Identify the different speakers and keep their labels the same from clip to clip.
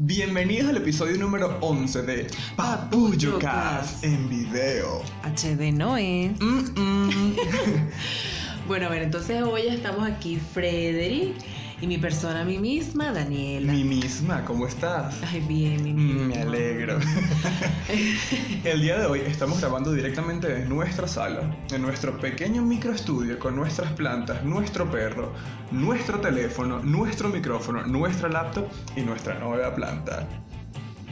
Speaker 1: Bienvenidos al episodio número 11 de Papullo Cast en video.
Speaker 2: HD no es.
Speaker 1: Mm, mm.
Speaker 2: Bueno, a ver, entonces hoy estamos aquí Frederick y mi persona, a mí misma, Daniela.
Speaker 1: Mi misma, ¿cómo estás?
Speaker 2: Ay, bien, mi
Speaker 1: Mm, Me
Speaker 2: misma.
Speaker 1: alegro. El día de hoy estamos grabando directamente desde nuestra sala, en nuestro pequeño microestudio con nuestras plantas, nuestro perro, nuestro teléfono, nuestro micrófono, nuestra laptop y nuestra nueva planta.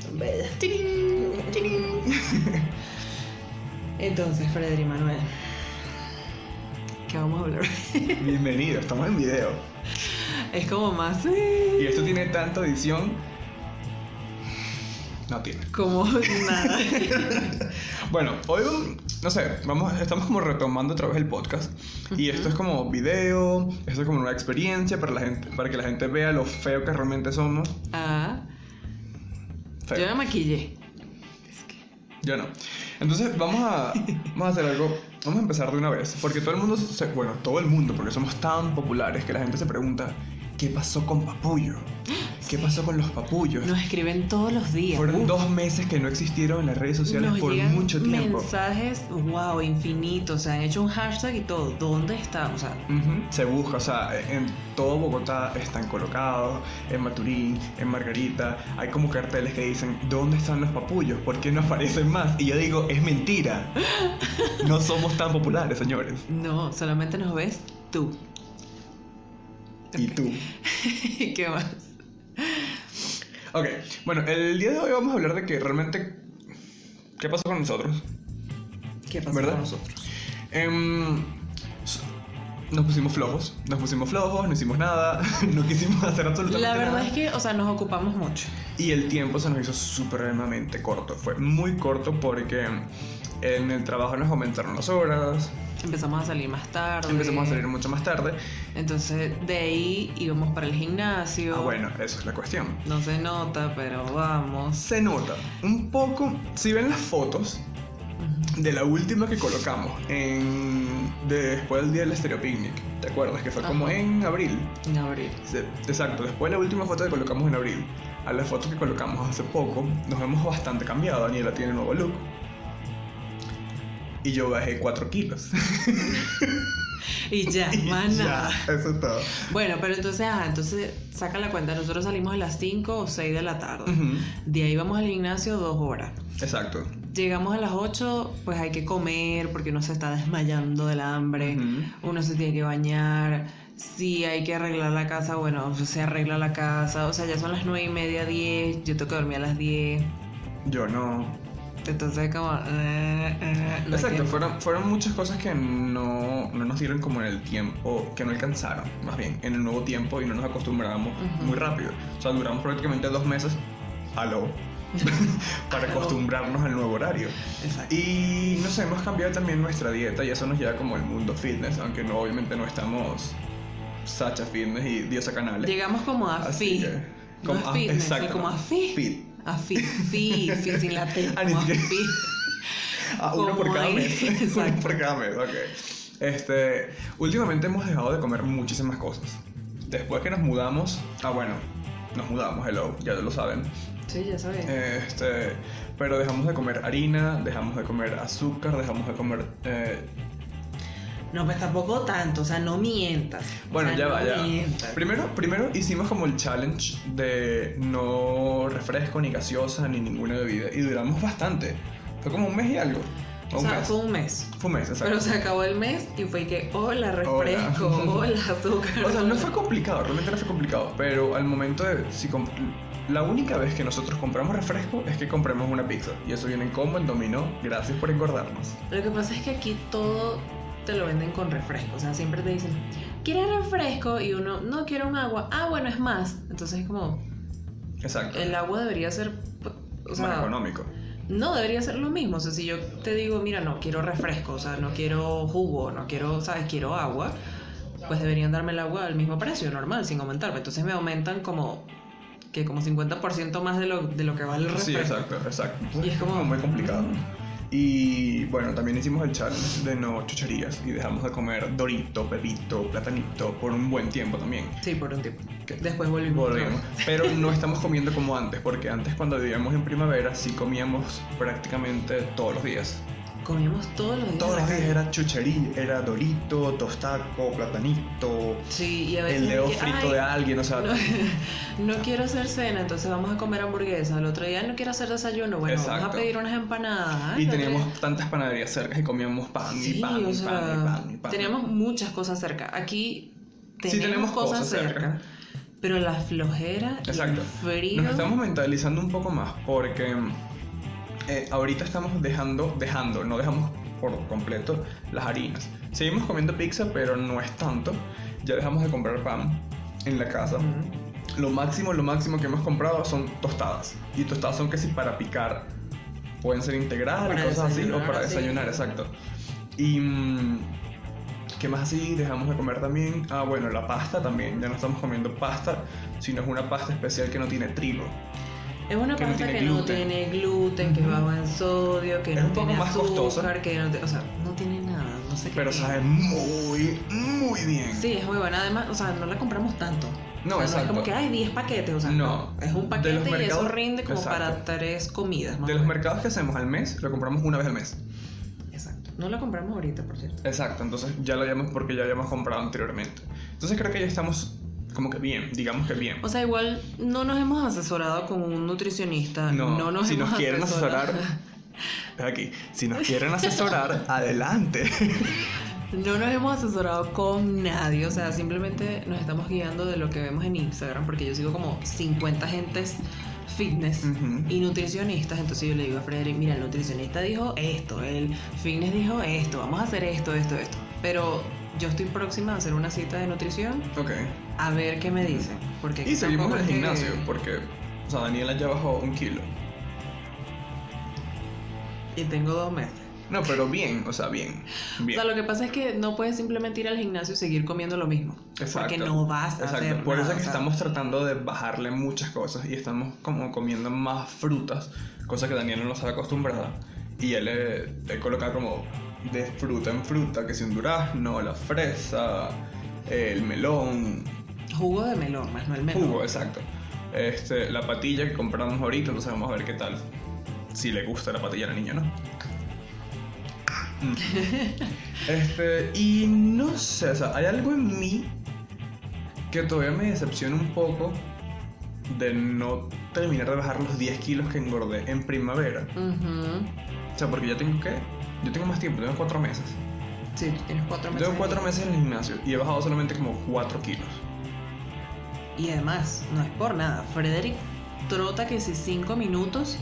Speaker 2: Son bellas. Tirín, tirín. Entonces, Frederick Manuel, ¿qué vamos a hablar?
Speaker 1: Bienvenido, estamos en video.
Speaker 2: es como más. eh,
Speaker 1: Y esto tiene tanta edición. No tiene.
Speaker 2: Como nada.
Speaker 1: Bueno, hoy, mm, no sé, vamos, estamos como retomando otra vez el podcast. Y esto es como video, esto es como una experiencia para, la gente, para que la gente vea lo feo que realmente somos.
Speaker 2: Ah,
Speaker 1: Feo.
Speaker 2: yo la maquillé.
Speaker 1: Yo no. Entonces vamos a, vamos a hacer algo, vamos a empezar de una vez. Porque todo el mundo, se- bueno, todo el mundo, porque somos tan populares que la gente se pregunta, ¿qué pasó con Papuyo? ¿Qué pasó con los papuyos?
Speaker 2: Nos escriben todos los días.
Speaker 1: Fueron
Speaker 2: Uf.
Speaker 1: dos meses que no existieron en las redes sociales
Speaker 2: Nos
Speaker 1: por
Speaker 2: llegan
Speaker 1: mucho tiempo.
Speaker 2: mensajes, wow, infinitos. O sea, han hecho un hashtag y todo. ¿Dónde está? O sea,
Speaker 1: Ujú, Se busca, o sea, en todo Bogotá están colocados, en Maturín, en Margarita, hay como carteles que dicen, ¿dónde están los papuyos? ¿Por qué no aparecen más? Y yo digo, es mentira. No somos tan populares, señores.
Speaker 2: no, solamente nos ves tú.
Speaker 1: Y tú.
Speaker 2: ¿Qué más?
Speaker 1: Ok, bueno, el día de hoy vamos a hablar de que realmente, ¿qué pasó con nosotros?
Speaker 2: ¿Qué pasó
Speaker 1: ¿Verdad?
Speaker 2: con nosotros?
Speaker 1: Em, s- nos pusimos flojos, nos pusimos flojos, no hicimos nada, no quisimos hacer absolutamente
Speaker 2: La
Speaker 1: nada.
Speaker 2: verdad es que, o sea, nos ocupamos mucho.
Speaker 1: Y el tiempo se nos hizo supremamente corto. Fue muy corto porque en el trabajo nos aumentaron las horas,
Speaker 2: Empezamos a salir más tarde.
Speaker 1: empezamos a salir mucho más tarde.
Speaker 2: Entonces, de ahí íbamos para el gimnasio.
Speaker 1: Ah, bueno, eso es la cuestión.
Speaker 2: No se nota, pero vamos.
Speaker 1: Se nota un poco, si ven las fotos de la última que colocamos en, de después del día del Stereo Picnic, ¿te acuerdas? Que fue como
Speaker 2: Ajá.
Speaker 1: en abril.
Speaker 2: En abril.
Speaker 1: Sí, Exacto, después de la última foto que colocamos en abril, a la foto que colocamos hace poco, nos hemos bastante cambiado. Daniela tiene nuevo look. Y yo bajé 4 kilos.
Speaker 2: Y ya,
Speaker 1: Y
Speaker 2: más
Speaker 1: ya,
Speaker 2: nada.
Speaker 1: Eso es todo.
Speaker 2: Bueno, pero entonces, ajá, entonces saca la cuenta. Nosotros salimos a las 5 o 6 de la tarde.
Speaker 1: Ujú,
Speaker 2: De ahí vamos al gimnasio dos horas.
Speaker 1: Exacto.
Speaker 2: Llegamos a las 8, pues hay que comer porque uno se está desmayando del hambre.
Speaker 1: Ujú.
Speaker 2: Uno se tiene que bañar. Si hay que arreglar la casa, bueno, se arregla la casa. O sea, ya son las 9 y media, 10. Yo tengo que dormir a las 10.
Speaker 1: Yo no.
Speaker 2: Entonces, como. eh, eh, no hay
Speaker 1: Exacto,
Speaker 2: que-
Speaker 1: fueron, fueron muchas cosas que no, no nos dieron como en el tiempo, que no alcanzaron, más bien, en el nuevo tiempo y no nos acostumbramos
Speaker 2: Ujú.
Speaker 1: muy rápido. O sea, duramos prácticamente dos meses, aló, para
Speaker 2: Aló.
Speaker 1: acostumbrarnos al nuevo horario.
Speaker 2: Exacto.
Speaker 1: Y no sé, hemos cambiado también nuestra dieta y eso nos lleva como el mundo fitness, aunque no, obviamente no estamos Sacha Fitness y Diosa Canales.
Speaker 2: Llegamos como a
Speaker 1: Así
Speaker 2: fi.
Speaker 1: que-
Speaker 2: No
Speaker 1: como-
Speaker 2: es
Speaker 1: ah,
Speaker 2: fitness, sino
Speaker 1: exacto,
Speaker 2: como
Speaker 1: no,
Speaker 2: a fi.
Speaker 1: fit.
Speaker 2: A fi, fi, fi, sin la T.
Speaker 1: Ah, ni
Speaker 2: como a
Speaker 1: siquiera-
Speaker 2: fi.
Speaker 1: Ah, uno por
Speaker 2: Como
Speaker 1: cada
Speaker 2: ahí,
Speaker 1: mes. uno
Speaker 2: exacto.
Speaker 1: por cada mes, ok. Este, últimamente hemos dejado de comer muchísimas cosas. Después que nos mudamos, ah bueno, nos mudamos, hello, ya lo saben.
Speaker 2: Sí, ya sabes.
Speaker 1: Este, pero dejamos de comer harina, dejamos de comer azúcar, dejamos de comer eh,
Speaker 2: No, pues tampoco tanto, o sea, no mientas.
Speaker 1: Bueno,
Speaker 2: O sea,
Speaker 1: ya
Speaker 2: no
Speaker 1: va, ya.
Speaker 2: mientas.
Speaker 1: Primero, primero hicimos como el challenge de no refresco, ni gaseosa, ni ninguna bebida. Y duramos bastante. Fue como un mes y algo. O
Speaker 2: O
Speaker 1: un
Speaker 2: sea,
Speaker 1: mes.
Speaker 2: fue un mes.
Speaker 1: Fue un mes, exacto.
Speaker 2: Pero se acabó el mes y fue que,
Speaker 1: Hola.
Speaker 2: hola, refresco, hola, azúcar.
Speaker 1: O sea, no
Speaker 2: hola.
Speaker 1: fue complicado, realmente no fue complicado. Pero al momento de. Si comp- la única vez que nosotros compramos refresco es que compramos una pizza. Y eso viene en combo, en dominó. Gracias por engordarnos.
Speaker 2: Lo que pasa es que aquí todo te lo venden con refresco. O sea, siempre te dicen, ¿quieres refresco? Y uno, no, quiero un agua. Ah, bueno, es más. Entonces es como,
Speaker 1: Exacto.
Speaker 2: el agua debería ser. pues, O sea,
Speaker 1: Más económico.
Speaker 2: No, debería ser lo mismo. O sea, si yo te digo, mira, no quiero refresco, o sea, no quiero jugo, no quiero, ¿sabes? Quiero agua, pues deberían darme el agua al mismo precio, normal, sin aumentarme. Entonces me aumentan como, que como 50% más de lo, de lo que vale el refresco.
Speaker 1: Sí, exacto, exacto.
Speaker 2: Y es como-
Speaker 1: muy complicado. Y bueno, también hicimos el challenge de no chucherías y dejamos de comer dorito, pepito, platanito por un buen tiempo también.
Speaker 2: Sí, por un tiempo.
Speaker 1: ¿Qué?
Speaker 2: Después volvimos. otra
Speaker 1: Volvemos.
Speaker 2: vez.
Speaker 1: Pero no estamos comiendo como antes, porque antes cuando vivíamos en primavera sí comíamos prácticamente todos los días.
Speaker 2: Comíamos todos los días.
Speaker 1: Todos
Speaker 2: en
Speaker 1: los
Speaker 2: la
Speaker 1: días
Speaker 2: calle.
Speaker 1: era chuchería, era dorito, tostaco, platanito,
Speaker 2: Sí, y a veces.
Speaker 1: el dedo
Speaker 2: dije,
Speaker 1: frito
Speaker 2: "Ay,
Speaker 1: de alguien, o sea,
Speaker 2: No, no quiero hacer cena, entonces vamos a comer hamburguesa. El otro día no quiero hacer desayuno. Bueno, vamos
Speaker 1: Exacto.
Speaker 2: a pedir unas empanadas. Ay,
Speaker 1: Y
Speaker 2: no
Speaker 1: teníamos
Speaker 2: quiero-
Speaker 1: tantas panaderías cerca y comíamos pan y
Speaker 2: Sí,
Speaker 1: pan
Speaker 2: o
Speaker 1: y
Speaker 2: sea,
Speaker 1: pan y pan y pan.
Speaker 2: Teníamos muchas cosas cerca. Aquí tenemos,
Speaker 1: tenemos
Speaker 2: cosas,
Speaker 1: cosas cerca.
Speaker 2: cerca, Pero la flojera y
Speaker 1: Exacto.
Speaker 2: el frío.
Speaker 1: Nos estamos mentalizando un poco más porque eh, ahorita estamos dejando, dejando, no dejamos por completo las harinas. Seguimos comiendo pizza, pero no es tanto. Ya dejamos de comprar pan en la casa.
Speaker 2: Ujú.
Speaker 1: Lo máximo, lo máximo que hemos comprado son tostadas. Y tostadas son que si para picar pueden ser integrales,
Speaker 2: Para
Speaker 1: cosas así, o
Speaker 2: desayunar,
Speaker 1: para
Speaker 2: así.
Speaker 1: desayunar, exacto. Y. mm, ¿Qué más así? Dejamos de comer también. Ah, bueno, la pasta también. Ya no estamos comiendo pasta, sino es una pasta especial que no tiene trigo.
Speaker 2: Es una
Speaker 1: que no
Speaker 2: pasta
Speaker 1: tiene
Speaker 2: que no
Speaker 1: gluten.
Speaker 2: tiene gluten, que
Speaker 1: Ujú.
Speaker 2: es baja en sodio, que
Speaker 1: Es
Speaker 2: no
Speaker 1: un poco
Speaker 2: tiene
Speaker 1: más
Speaker 2: azúcar,
Speaker 1: costosa.
Speaker 2: que no, te- o sea, no tiene nada, no sé qué.
Speaker 1: Pero
Speaker 2: tiene.
Speaker 1: sabe muy, muy bien.
Speaker 2: Sí, es muy buena. Además, o sea, no la compramos tanto.
Speaker 1: No,
Speaker 2: O sea, es
Speaker 1: exacto.
Speaker 2: como que hay 10 paquetes, o sea,
Speaker 1: No.
Speaker 2: Es un paquete
Speaker 1: De los
Speaker 2: y eso
Speaker 1: mercados-
Speaker 2: rinde como
Speaker 1: exacto.
Speaker 2: para tres comidas. más
Speaker 1: De
Speaker 2: o
Speaker 1: los
Speaker 2: menos.
Speaker 1: mercados que hacemos al mes, lo compramos una vez al mes.
Speaker 2: Exacto. No la compramos ahorita, por cierto.
Speaker 1: Exacto, entonces ya lo habíamos porque ya habíamos comprado anteriormente. Entonces creo que ya estamos como que bien, digamos que bien.
Speaker 2: O sea, igual no nos hemos asesorado con un nutricionista.
Speaker 1: No,
Speaker 2: Ah, No, nos
Speaker 1: si
Speaker 2: hemos
Speaker 1: nos quieren
Speaker 2: asesorado.
Speaker 1: asesorar. Es aquí, si nos quieren asesorar, adelante.
Speaker 2: No nos hemos asesorado con nadie. O sea, simplemente nos estamos guiando de lo que vemos en Instagram. Porque yo sigo como 50 gentes fitness.
Speaker 1: Ujú.
Speaker 2: Y nutricionistas, entonces yo le digo a Frederick, mira, el nutricionista dijo esto, el fitness dijo esto, vamos a hacer esto, esto, esto. Pero yo estoy próxima a hacer una cita de nutrición
Speaker 1: ok.
Speaker 2: a ver qué me dicen. Porque
Speaker 1: Y seguimos en
Speaker 2: tampoco
Speaker 1: el
Speaker 2: es que-
Speaker 1: gimnasio porque, o sea, Daniela ya bajó un kilo.
Speaker 2: Y tengo dos meses.
Speaker 1: No, pero bien, o sea, bien. bien.
Speaker 2: O sea, lo que pasa es que no puedes simplemente ir al gimnasio y seguir comiendo lo mismo. Porque no vas a
Speaker 1: Exacto.
Speaker 2: hacer
Speaker 1: Por eso
Speaker 2: nada,
Speaker 1: es que
Speaker 2: o sea,
Speaker 1: estamos tratando de bajarle muchas cosas y estamos como comiendo más frutas, cosa que Daniela no está acostumbrada. Y él le, le coloca como de fruta en fruta, que si un durazno, la fresa, el melón,
Speaker 2: Jugo de melón, más no el melón.
Speaker 1: jugo, exacto. Este, la patilla que compramos ahorita, entonces vamos a ver qué tal. Si le gusta la patilla a la niña, ¿no? Mm. Este, y no sé, o sea, hay algo en mí que todavía me decepciona un poco de no terminar de bajar los 10 kilos que engordé en primavera.
Speaker 2: Ujú.
Speaker 1: O sea, porque ya tengo que. Yo tengo más tiempo, tengo 4 meses.
Speaker 2: Sí, tú tienes cuatro meses.
Speaker 1: Tengo 4 meses en el gimnasio y he bajado solamente como 4 kilos.
Speaker 2: Y además, no es por nada, Frederick trota que si cinco minutos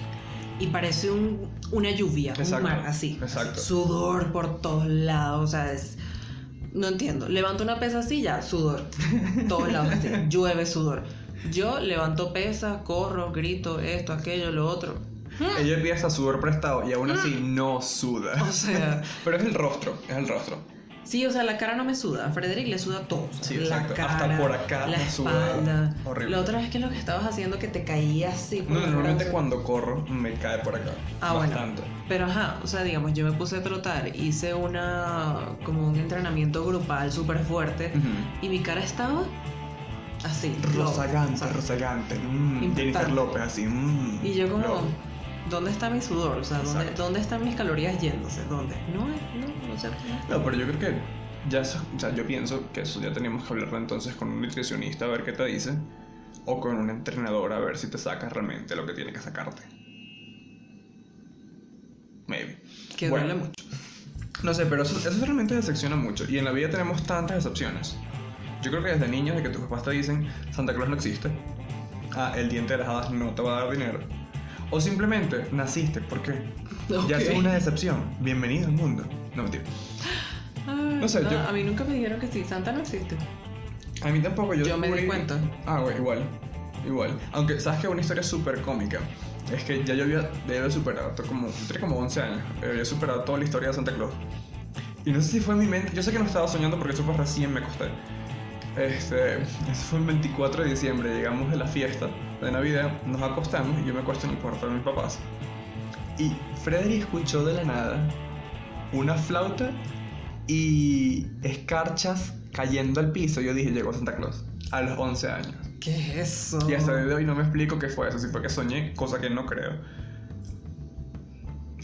Speaker 2: y parece un- una lluvia,
Speaker 1: Exacto,
Speaker 2: un mar, así.
Speaker 1: exacto.
Speaker 2: Sudor por todos lados, o sea, es... No entiendo, levanto una pesa así ya, sudor. Todos lados así, llueve sudor. Yo levanto pesas, corro, grito, esto, aquello, lo otro.
Speaker 1: Ella pide hasta sudor prestado y aún así no suda.
Speaker 2: Ah. O sea,
Speaker 1: Pero es el rostro, es el rostro.
Speaker 2: sí, o sea, la cara no me suda, a Frederick le suda todo. o sea,
Speaker 1: Sí,
Speaker 2: la
Speaker 1: exacto,
Speaker 2: cara,
Speaker 1: hasta por acá
Speaker 2: la
Speaker 1: me suda,
Speaker 2: espalda.
Speaker 1: horrible.
Speaker 2: La otra vez que lo que estabas haciendo que te caía así.
Speaker 1: No,
Speaker 2: por los
Speaker 1: normalmente
Speaker 2: brazos.
Speaker 1: cuando corro me cae por acá.
Speaker 2: Ah, bueno.
Speaker 1: bastante.
Speaker 2: Pero ajá, o sea, digamos, yo me puse a trotar, hice una como un entrenamiento grupal súper fuerte
Speaker 1: Ujú.
Speaker 2: y mi cara estaba así,
Speaker 1: Rozagante,
Speaker 2: rosa.
Speaker 1: rozagante. mm,
Speaker 2: Impactante.
Speaker 1: Jennifer López, así. mm,
Speaker 2: Y yo como,
Speaker 1: López.
Speaker 2: ¿dónde está mi sudor? O sea, ¿dónde,
Speaker 1: Exacto.
Speaker 2: dónde están mis calorías yéndose? ¿Dónde? No, no, no sé. no.
Speaker 1: No, pero yo creo que ya eso, o sea, yo pienso que eso ya tenemos que hablarlo entonces con un nutricionista a ver qué te dice. O con un entrenador a ver si te sacas realmente lo que tiene que sacarte. Maybe.
Speaker 2: Que
Speaker 1: Bueno.
Speaker 2: duele mucho.
Speaker 1: No sé, pero eso, eso realmente decepciona mucho. Y en la vida tenemos tantas decepciones. Yo creo que desde niño, de que tus papás te dicen, Santa Claus no existe. Ah, el diente de las hadas no te va a dar dinero. O simplemente, naciste, ¿por qué? Ya
Speaker 2: Ok.
Speaker 1: es una decepción. Bienvenido al mundo. No, mentira.
Speaker 2: Ay,
Speaker 1: no sé, yo-
Speaker 2: Ah, A mí nunca me dijeron que sí, Santa no existe.
Speaker 1: A mí tampoco yo
Speaker 2: Yo me di
Speaker 1: descubrí-
Speaker 2: cuenta.
Speaker 1: Ah, güey, igual. Igual. Aunque, ¿sabes que Una historia súper cómica. Es que ya yo había, ya había superado, to- como, tenía como 11 años, eh, había superado toda la historia de Santa Claus. Y no sé si fue en mi mente, yo sé que no estaba soñando porque eso fue recién me acosté. Este, eso fue el 24 de diciembre, llegamos de la fiesta de Navidad, nos acostamos y yo me acuesto en el cuarto de mis papás. Y Frederick escuchó de la nada una flauta y escarchas cayendo al piso. Yo dije, llegó Santa Claus a los 11 años.
Speaker 2: ¿Qué es eso?
Speaker 1: Y hasta el día de hoy no me explico qué fue eso, si fue que soñé, cosa que no creo.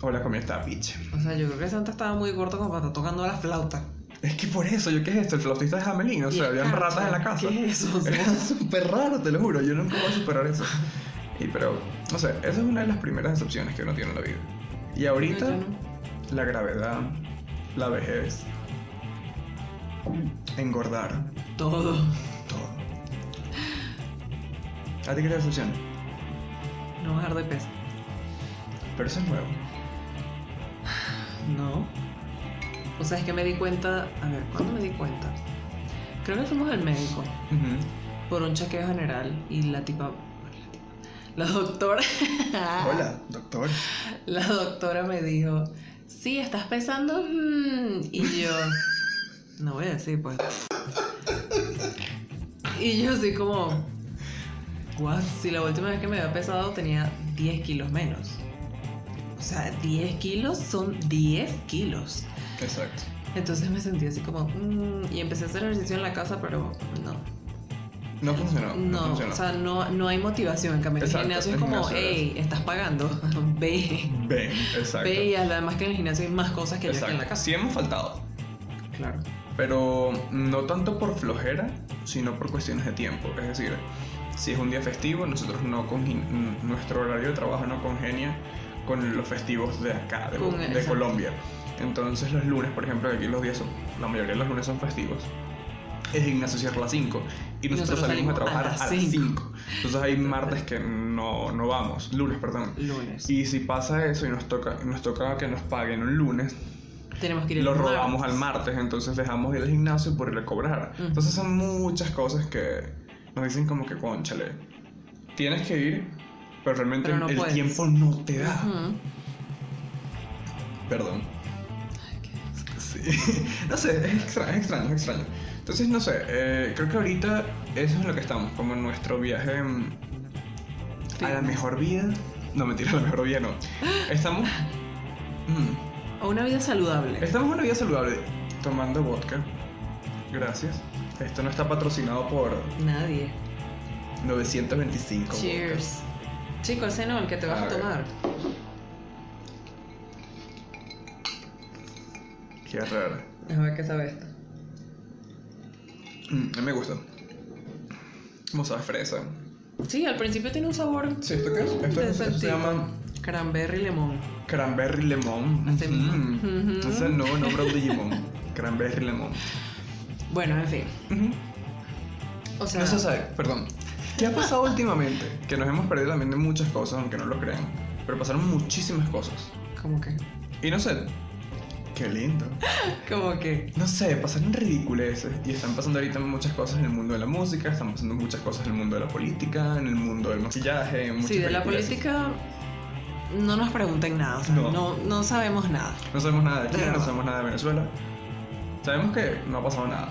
Speaker 1: O la comida estaba piche.
Speaker 2: O sea, yo creo que Santa estaba muy corto como para estar tocando la flauta.
Speaker 1: Es que por eso, yo qué es esto, el flautista de Jamelín, o
Speaker 2: Y
Speaker 1: sea, habían
Speaker 2: escarcha.
Speaker 1: ratas en la casa.
Speaker 2: ¿Qué es eso? O sea,
Speaker 1: Era súper raro, te lo juro, yo nunca voy a superar eso. Y pero, no sé, esa es una de las primeras decepciones que uno tiene en la vida. Y ahorita,
Speaker 2: no, yo no.
Speaker 1: la gravedad, la vejez, engordar,
Speaker 2: Todo.
Speaker 1: todo. ¿A ti qué te decepciona?
Speaker 2: No bajar de peso.
Speaker 1: Pero eso es nuevo.
Speaker 2: No. O sea, es que me di cuenta. A ver, ¿cuándo me di cuenta? Creo que fuimos al médico
Speaker 1: Ujú.
Speaker 2: por un chequeo general y la tipa. La, tipa, la doctora. Ah.
Speaker 1: Hola, doctor.
Speaker 2: La doctora me dijo: Sí, estás pesando. mm", Y yo. No voy a decir, pues. Y yo, así como. What? Si la última vez que me había pesado tenía 10 kilos menos. O sea, 10 kilos son 10 kilos.
Speaker 1: Exacto.
Speaker 2: Entonces me sentí así como, mm, y empecé a hacer ejercicio en la casa, pero no.
Speaker 1: No funcionó. No,
Speaker 2: No,
Speaker 1: funcionó.
Speaker 2: o sea, no, no hay motivación. En cambio, en el
Speaker 1: Exacto,
Speaker 2: gimnasio
Speaker 1: el
Speaker 2: es como,
Speaker 1: gimnasio es-
Speaker 2: hey, estás pagando, ve,
Speaker 1: Ven, exacto.
Speaker 2: ve, y además que en el gimnasio hay más cosas que yo que
Speaker 1: exacto.
Speaker 2: en la casa.
Speaker 1: Sí hemos faltado,
Speaker 2: Claro.
Speaker 1: pero no tanto por flojera, sino por cuestiones de tiempo. Es decir, si es un día festivo, nosotros no congeni- n- nuestro horario de trabajo no congenia con los festivos de acá, de,
Speaker 2: Con-
Speaker 1: de
Speaker 2: exacto.
Speaker 1: Colombia. Entonces los lunes, por ejemplo, que aquí los días son, la mayoría de los lunes son festivos. El gimnasio cierra a las 5 y nosotros,
Speaker 2: Nosotros
Speaker 1: salimos a
Speaker 2: salimos
Speaker 1: trabajar a las 5.
Speaker 2: cinco.
Speaker 1: Entonces hay martes que no, no vamos, lunes, perdón.
Speaker 2: Lunes.
Speaker 1: Y si pasa eso y nos toca, nos toca que nos paguen un lunes,
Speaker 2: Tenemos que ir el
Speaker 1: lo
Speaker 2: martes.
Speaker 1: robamos al martes, entonces dejamos de ir al gimnasio por ir a cobrar.
Speaker 2: Ujú.
Speaker 1: Entonces son muchas cosas que nos dicen como que, conchale, tienes que ir, pero realmente
Speaker 2: Pero no
Speaker 1: el
Speaker 2: puedes.
Speaker 1: tiempo no te da.
Speaker 2: Ujú.
Speaker 1: Perdón. Sí. no sé, es extraño, es extraño, es extraño. Entonces, no sé, eh, creo que ahorita eso es lo que estamos, como en nuestro viaje mm, a la
Speaker 2: Fitness.
Speaker 1: mejor vida. No, mentira, a la mejor vida no. Estamos... mm,
Speaker 2: O una vida saludable.
Speaker 1: Estamos en una vida saludable tomando vodka. Gracias. Esto no está patrocinado por
Speaker 2: Nadie.
Speaker 1: 925. vodka.
Speaker 2: Cheers. Chico, ese no, el que te vas
Speaker 1: A
Speaker 2: a,
Speaker 1: ver.
Speaker 2: tomar.
Speaker 1: Qué raro.
Speaker 2: A ver qué sabe esto.
Speaker 1: Mm, a mí me gusta. Como sabe fresa.
Speaker 2: Sí, al principio tiene un sabor
Speaker 1: Sí, ¿esto qué es? Esto es- esto se
Speaker 2: decente.
Speaker 1: llama
Speaker 2: Cranberry lemon.
Speaker 1: cranberry lemon.
Speaker 2: Así mismo.
Speaker 1: Mm.
Speaker 2: Ah, Ujú.
Speaker 1: Es el nuevo nombre de Digimon. cranberry lemon.
Speaker 2: Bueno, en fin.
Speaker 1: Ujú.
Speaker 2: O sea,
Speaker 1: No se sabe, perdón. ¿Qué ha pasado últimamente? Que nos hemos perdido también de muchas cosas, aunque no lo crean. Pero pasaron muchísimas cosas.
Speaker 2: como que.
Speaker 1: Y no sé. Qué lindo.
Speaker 2: Como que.
Speaker 1: No sé, pasaron ridiculeces. Y están pasando ahorita muchas cosas en el mundo de la música, están pasando muchas cosas en el mundo de la política, en el mundo del maquillaje, en muchas
Speaker 2: Sí, de la
Speaker 1: ridiculeces.
Speaker 2: política no nos pregunten nada, o sea,
Speaker 1: No.
Speaker 2: no, no sabemos nada.
Speaker 1: No sabemos nada de
Speaker 2: De
Speaker 1: Chile, no
Speaker 2: verdad.
Speaker 1: sabemos nada de Venezuela. Sabemos que no ha pasado nada.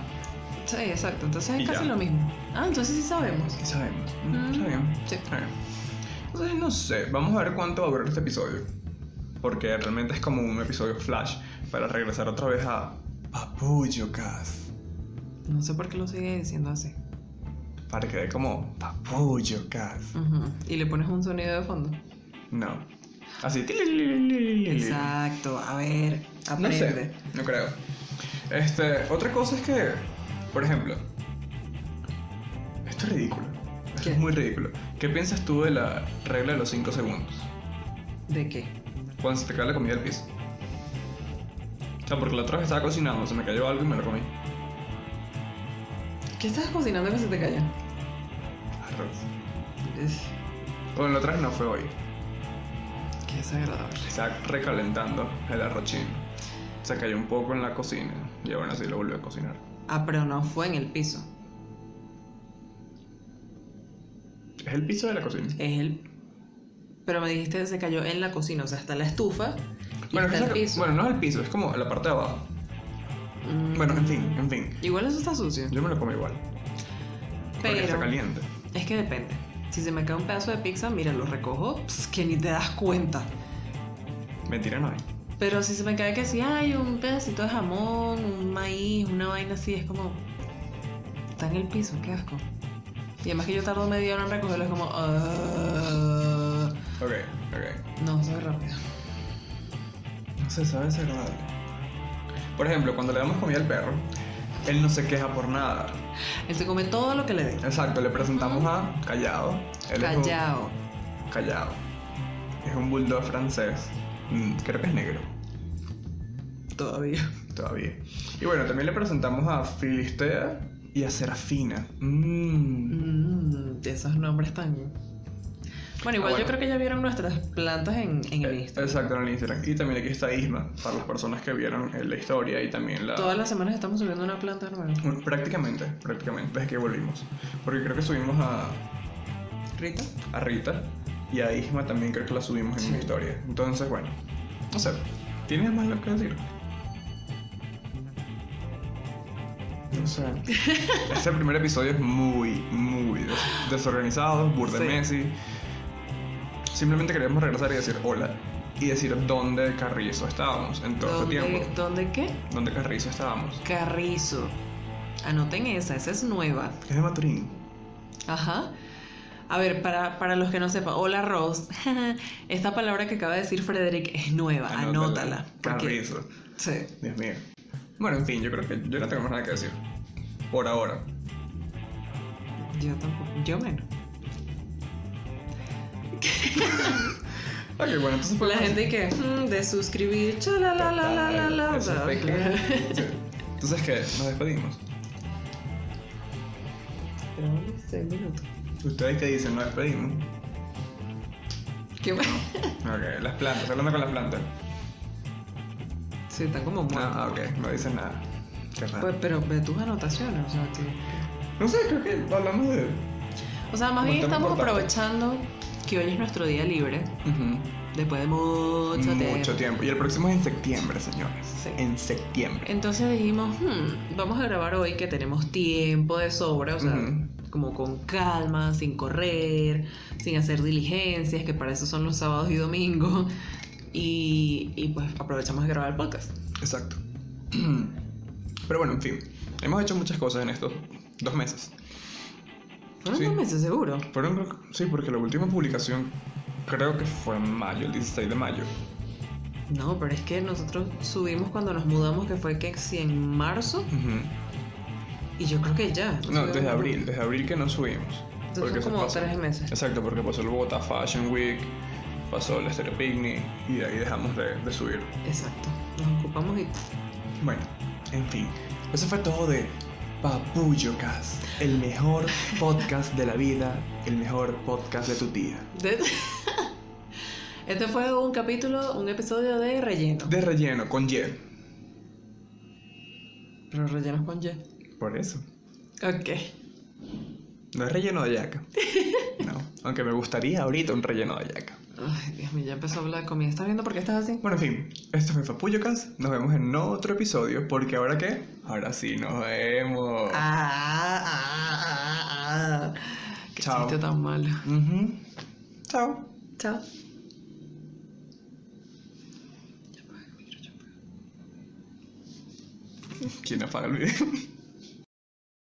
Speaker 2: Sí, exacto, entonces
Speaker 1: Y
Speaker 2: es casi
Speaker 1: ya.
Speaker 2: lo mismo. Ah, entonces sí sabemos.
Speaker 1: ¿Qué sabemos?
Speaker 2: Mm.
Speaker 1: Está bien.
Speaker 2: Sí.
Speaker 1: Está bien. Entonces, no sé, vamos a ver cuánto va a durar este episodio. Porque realmente es como un episodio flash para regresar otra vez a Papuyo Cast.
Speaker 2: No sé por qué lo sigue diciendo así.
Speaker 1: Para que dé como Papuyo Cast.
Speaker 2: Ujú. Y le pones un sonido de fondo.
Speaker 1: No. Así.
Speaker 2: Exacto, a ver,
Speaker 1: No
Speaker 2: aprende.
Speaker 1: sé, no creo. Este, otra cosa es que, por ejemplo, esto es ridículo. Esto
Speaker 2: ¿Qué?
Speaker 1: es muy ridículo. ¿Qué piensas tú de la regla de los 5 segundos?
Speaker 2: ¿De qué?
Speaker 1: Cuando se te cae la comida al piso. O sea, porque la otra vez estaba cocinando, se me cayó algo y me lo comí.
Speaker 2: ¿Qué estás cocinando que se te cayó?
Speaker 1: Arroz.
Speaker 2: Es-
Speaker 1: Bueno, la otra vez no fue hoy.
Speaker 2: Qué desagradable.
Speaker 1: Estaba recalentando el arrochín. Se cayó un poco en la cocina y ahora sí lo volví a cocinar.
Speaker 2: Ah, pero no fue en el piso.
Speaker 1: Es el piso de la cocina.
Speaker 2: Es el. Pero me dijiste que se cayó en la cocina, o sea, está la estufa y
Speaker 1: Bueno,
Speaker 2: está
Speaker 1: es
Speaker 2: el
Speaker 1: la-
Speaker 2: piso.
Speaker 1: bueno, no es el piso, es como la parte de abajo.
Speaker 2: Mm.
Speaker 1: Bueno, en fin, en fin.
Speaker 2: Igual eso está sucio.
Speaker 1: Yo me lo como igual. Porque
Speaker 2: Pero-
Speaker 1: está caliente.
Speaker 2: Es que depende. Si se me cae un pedazo de pizza, mira, lo recojo, pss, que ni te das cuenta.
Speaker 1: Mentira no hay.
Speaker 2: Pero si se me cae que si hay un pedacito de jamón, un maíz, una vaina así, es como. Está en el piso, qué asco. Y además que yo tardo media hora en recogerlo, es como. "Ah".
Speaker 1: Ok, ok.
Speaker 2: No, soy rápido.
Speaker 1: No se sabe desagradable. Por ejemplo, cuando le damos comida al perro, él no se queja por nada.
Speaker 2: Él se come todo lo que le den.
Speaker 1: Exacto, le presentamos a Callao. Él es un-
Speaker 2: Callao.
Speaker 1: Callao. Es un bulldog francés. Mm, Creo que es negro,
Speaker 2: Todavía.
Speaker 1: todavía. Y bueno, también le presentamos a Filistea y a Serafina. Mm.
Speaker 2: Mm, esos nombres tan. Bueno, igual
Speaker 1: Ah, bueno.
Speaker 2: yo creo que ya vieron nuestras plantas en, en el
Speaker 1: Eh,
Speaker 2: Instagram.
Speaker 1: Exacto, en el Instagram. Y también aquí está Isma, para las personas que vieron eh, la historia y también la...
Speaker 2: Todas las semanas estamos subiendo una planta nueva.
Speaker 1: Mm, Prácticamente, prácticamente, desde que volvimos. Porque creo que subimos a,
Speaker 2: ¿Rita?
Speaker 1: a Rita y a Isma también creo que la subimos en
Speaker 2: Sí.
Speaker 1: una historia. Entonces, bueno, no sé, ¿tienes más lo que decir? No sé. Este primer episodio es muy, muy des- desorganizado, burda de
Speaker 2: Sí.
Speaker 1: Messi. Simplemente queríamos regresar y decir hola y decir dónde Carrizo estábamos en todo este
Speaker 2: ¿Dónde,
Speaker 1: tiempo.
Speaker 2: ¿Dónde qué?
Speaker 1: ¿Dónde Carrizo estábamos?
Speaker 2: Carrizo. Anoten esa, esa es nueva.
Speaker 1: Es de Maturín.
Speaker 2: Ajá. A ver, para, para los que no sepan, hola Rose. Esta palabra que acaba de decir Frederick es nueva, Ah, anótala. porque-
Speaker 1: Carrizo.
Speaker 2: Sí.
Speaker 1: Dios mío. Bueno, en fin, yo creo que yo no tengo más nada que decir. Por ahora.
Speaker 2: Yo tampoco. Yo menos.
Speaker 1: Ok, bueno, entonces
Speaker 2: La gente que mm, de suscribir, chala la la la la la.
Speaker 1: Eso es pequeño. Sí. Entonces, ¿qué? Nos despedimos.
Speaker 2: Seis minutos.
Speaker 1: ¿Ustedes qué dicen? Nos despedimos.
Speaker 2: ¿Qué bueno.
Speaker 1: No. Ok, las plantas, hablando con las plantas.
Speaker 2: Sí, están como muertos.
Speaker 1: Ah, ok, no dicen nada. Qué raro.
Speaker 2: Pues, pero ve tus anotaciones, o sea, que-
Speaker 1: No sé, creo que hablamos de.
Speaker 2: O sea, más
Speaker 1: Como
Speaker 2: bien
Speaker 1: tema
Speaker 2: estamos
Speaker 1: importante.
Speaker 2: aprovechando que hoy es nuestro día libre, después de mucho,
Speaker 1: Mucho tiempo. Y el próximo es en septiembre, señores.
Speaker 2: Sí.
Speaker 1: En septiembre.
Speaker 2: Entonces dijimos, "Hmm, vamos a grabar hoy que tenemos tiempo de sobra, o sea,
Speaker 1: Ujú.
Speaker 2: como con calma, sin correr, sin hacer diligencias, que para eso son los sábados y domingos. Y, y pues aprovechamos de grabar el podcast.
Speaker 1: Exacto. Pero bueno, en fin. Hemos hecho muchas cosas en estos dos meses.
Speaker 2: Fueron
Speaker 1: Sí.
Speaker 2: dos meses seguro.
Speaker 1: Fueron, creo que- sí, porque la última publicación creo que fue en mayo, el 16 de mayo.
Speaker 2: No, pero es que nosotros subimos cuando nos mudamos, que fue que si en marzo,
Speaker 1: Ujú.
Speaker 2: y yo creo que ya.
Speaker 1: No,
Speaker 2: Sí,
Speaker 1: desde abril, desde abril que no subimos.
Speaker 2: Entonces
Speaker 1: Porque
Speaker 2: son
Speaker 1: eso
Speaker 2: como
Speaker 1: pasó.
Speaker 2: tres meses.
Speaker 1: Exacto, porque pasó el Bogotá Fashion Week, pasó el Estéreo Picnic y de ahí dejamos de, de subir.
Speaker 2: Exacto. Nos ocupamos y.
Speaker 1: Bueno, en fin, eso fue todo de Papuyocas, el mejor podcast de la vida, el mejor podcast de tu tía.
Speaker 2: de- Este fue un capítulo, un episodio de relleno.
Speaker 1: De relleno, con Y.
Speaker 2: Pero rellenos con Y.
Speaker 1: Por eso.
Speaker 2: Ok.
Speaker 1: No es relleno de yaca. No, aunque me gustaría ahorita un relleno de yaca.
Speaker 2: Ay, Dios mío, ya empezó a hablar de comida. ¿Estás viendo por qué estás así?
Speaker 1: Bueno, en fin, esto fue Papuyocas. Nos vemos en otro episodio, porque ahora qué? Ahora sí nos vemos.
Speaker 2: Ah, ah, ah, ah. Qué
Speaker 1: Chao.
Speaker 2: chiste tan malo.
Speaker 1: Ujú. Chao.
Speaker 2: Chao.
Speaker 1: ¿Quién apaga el video?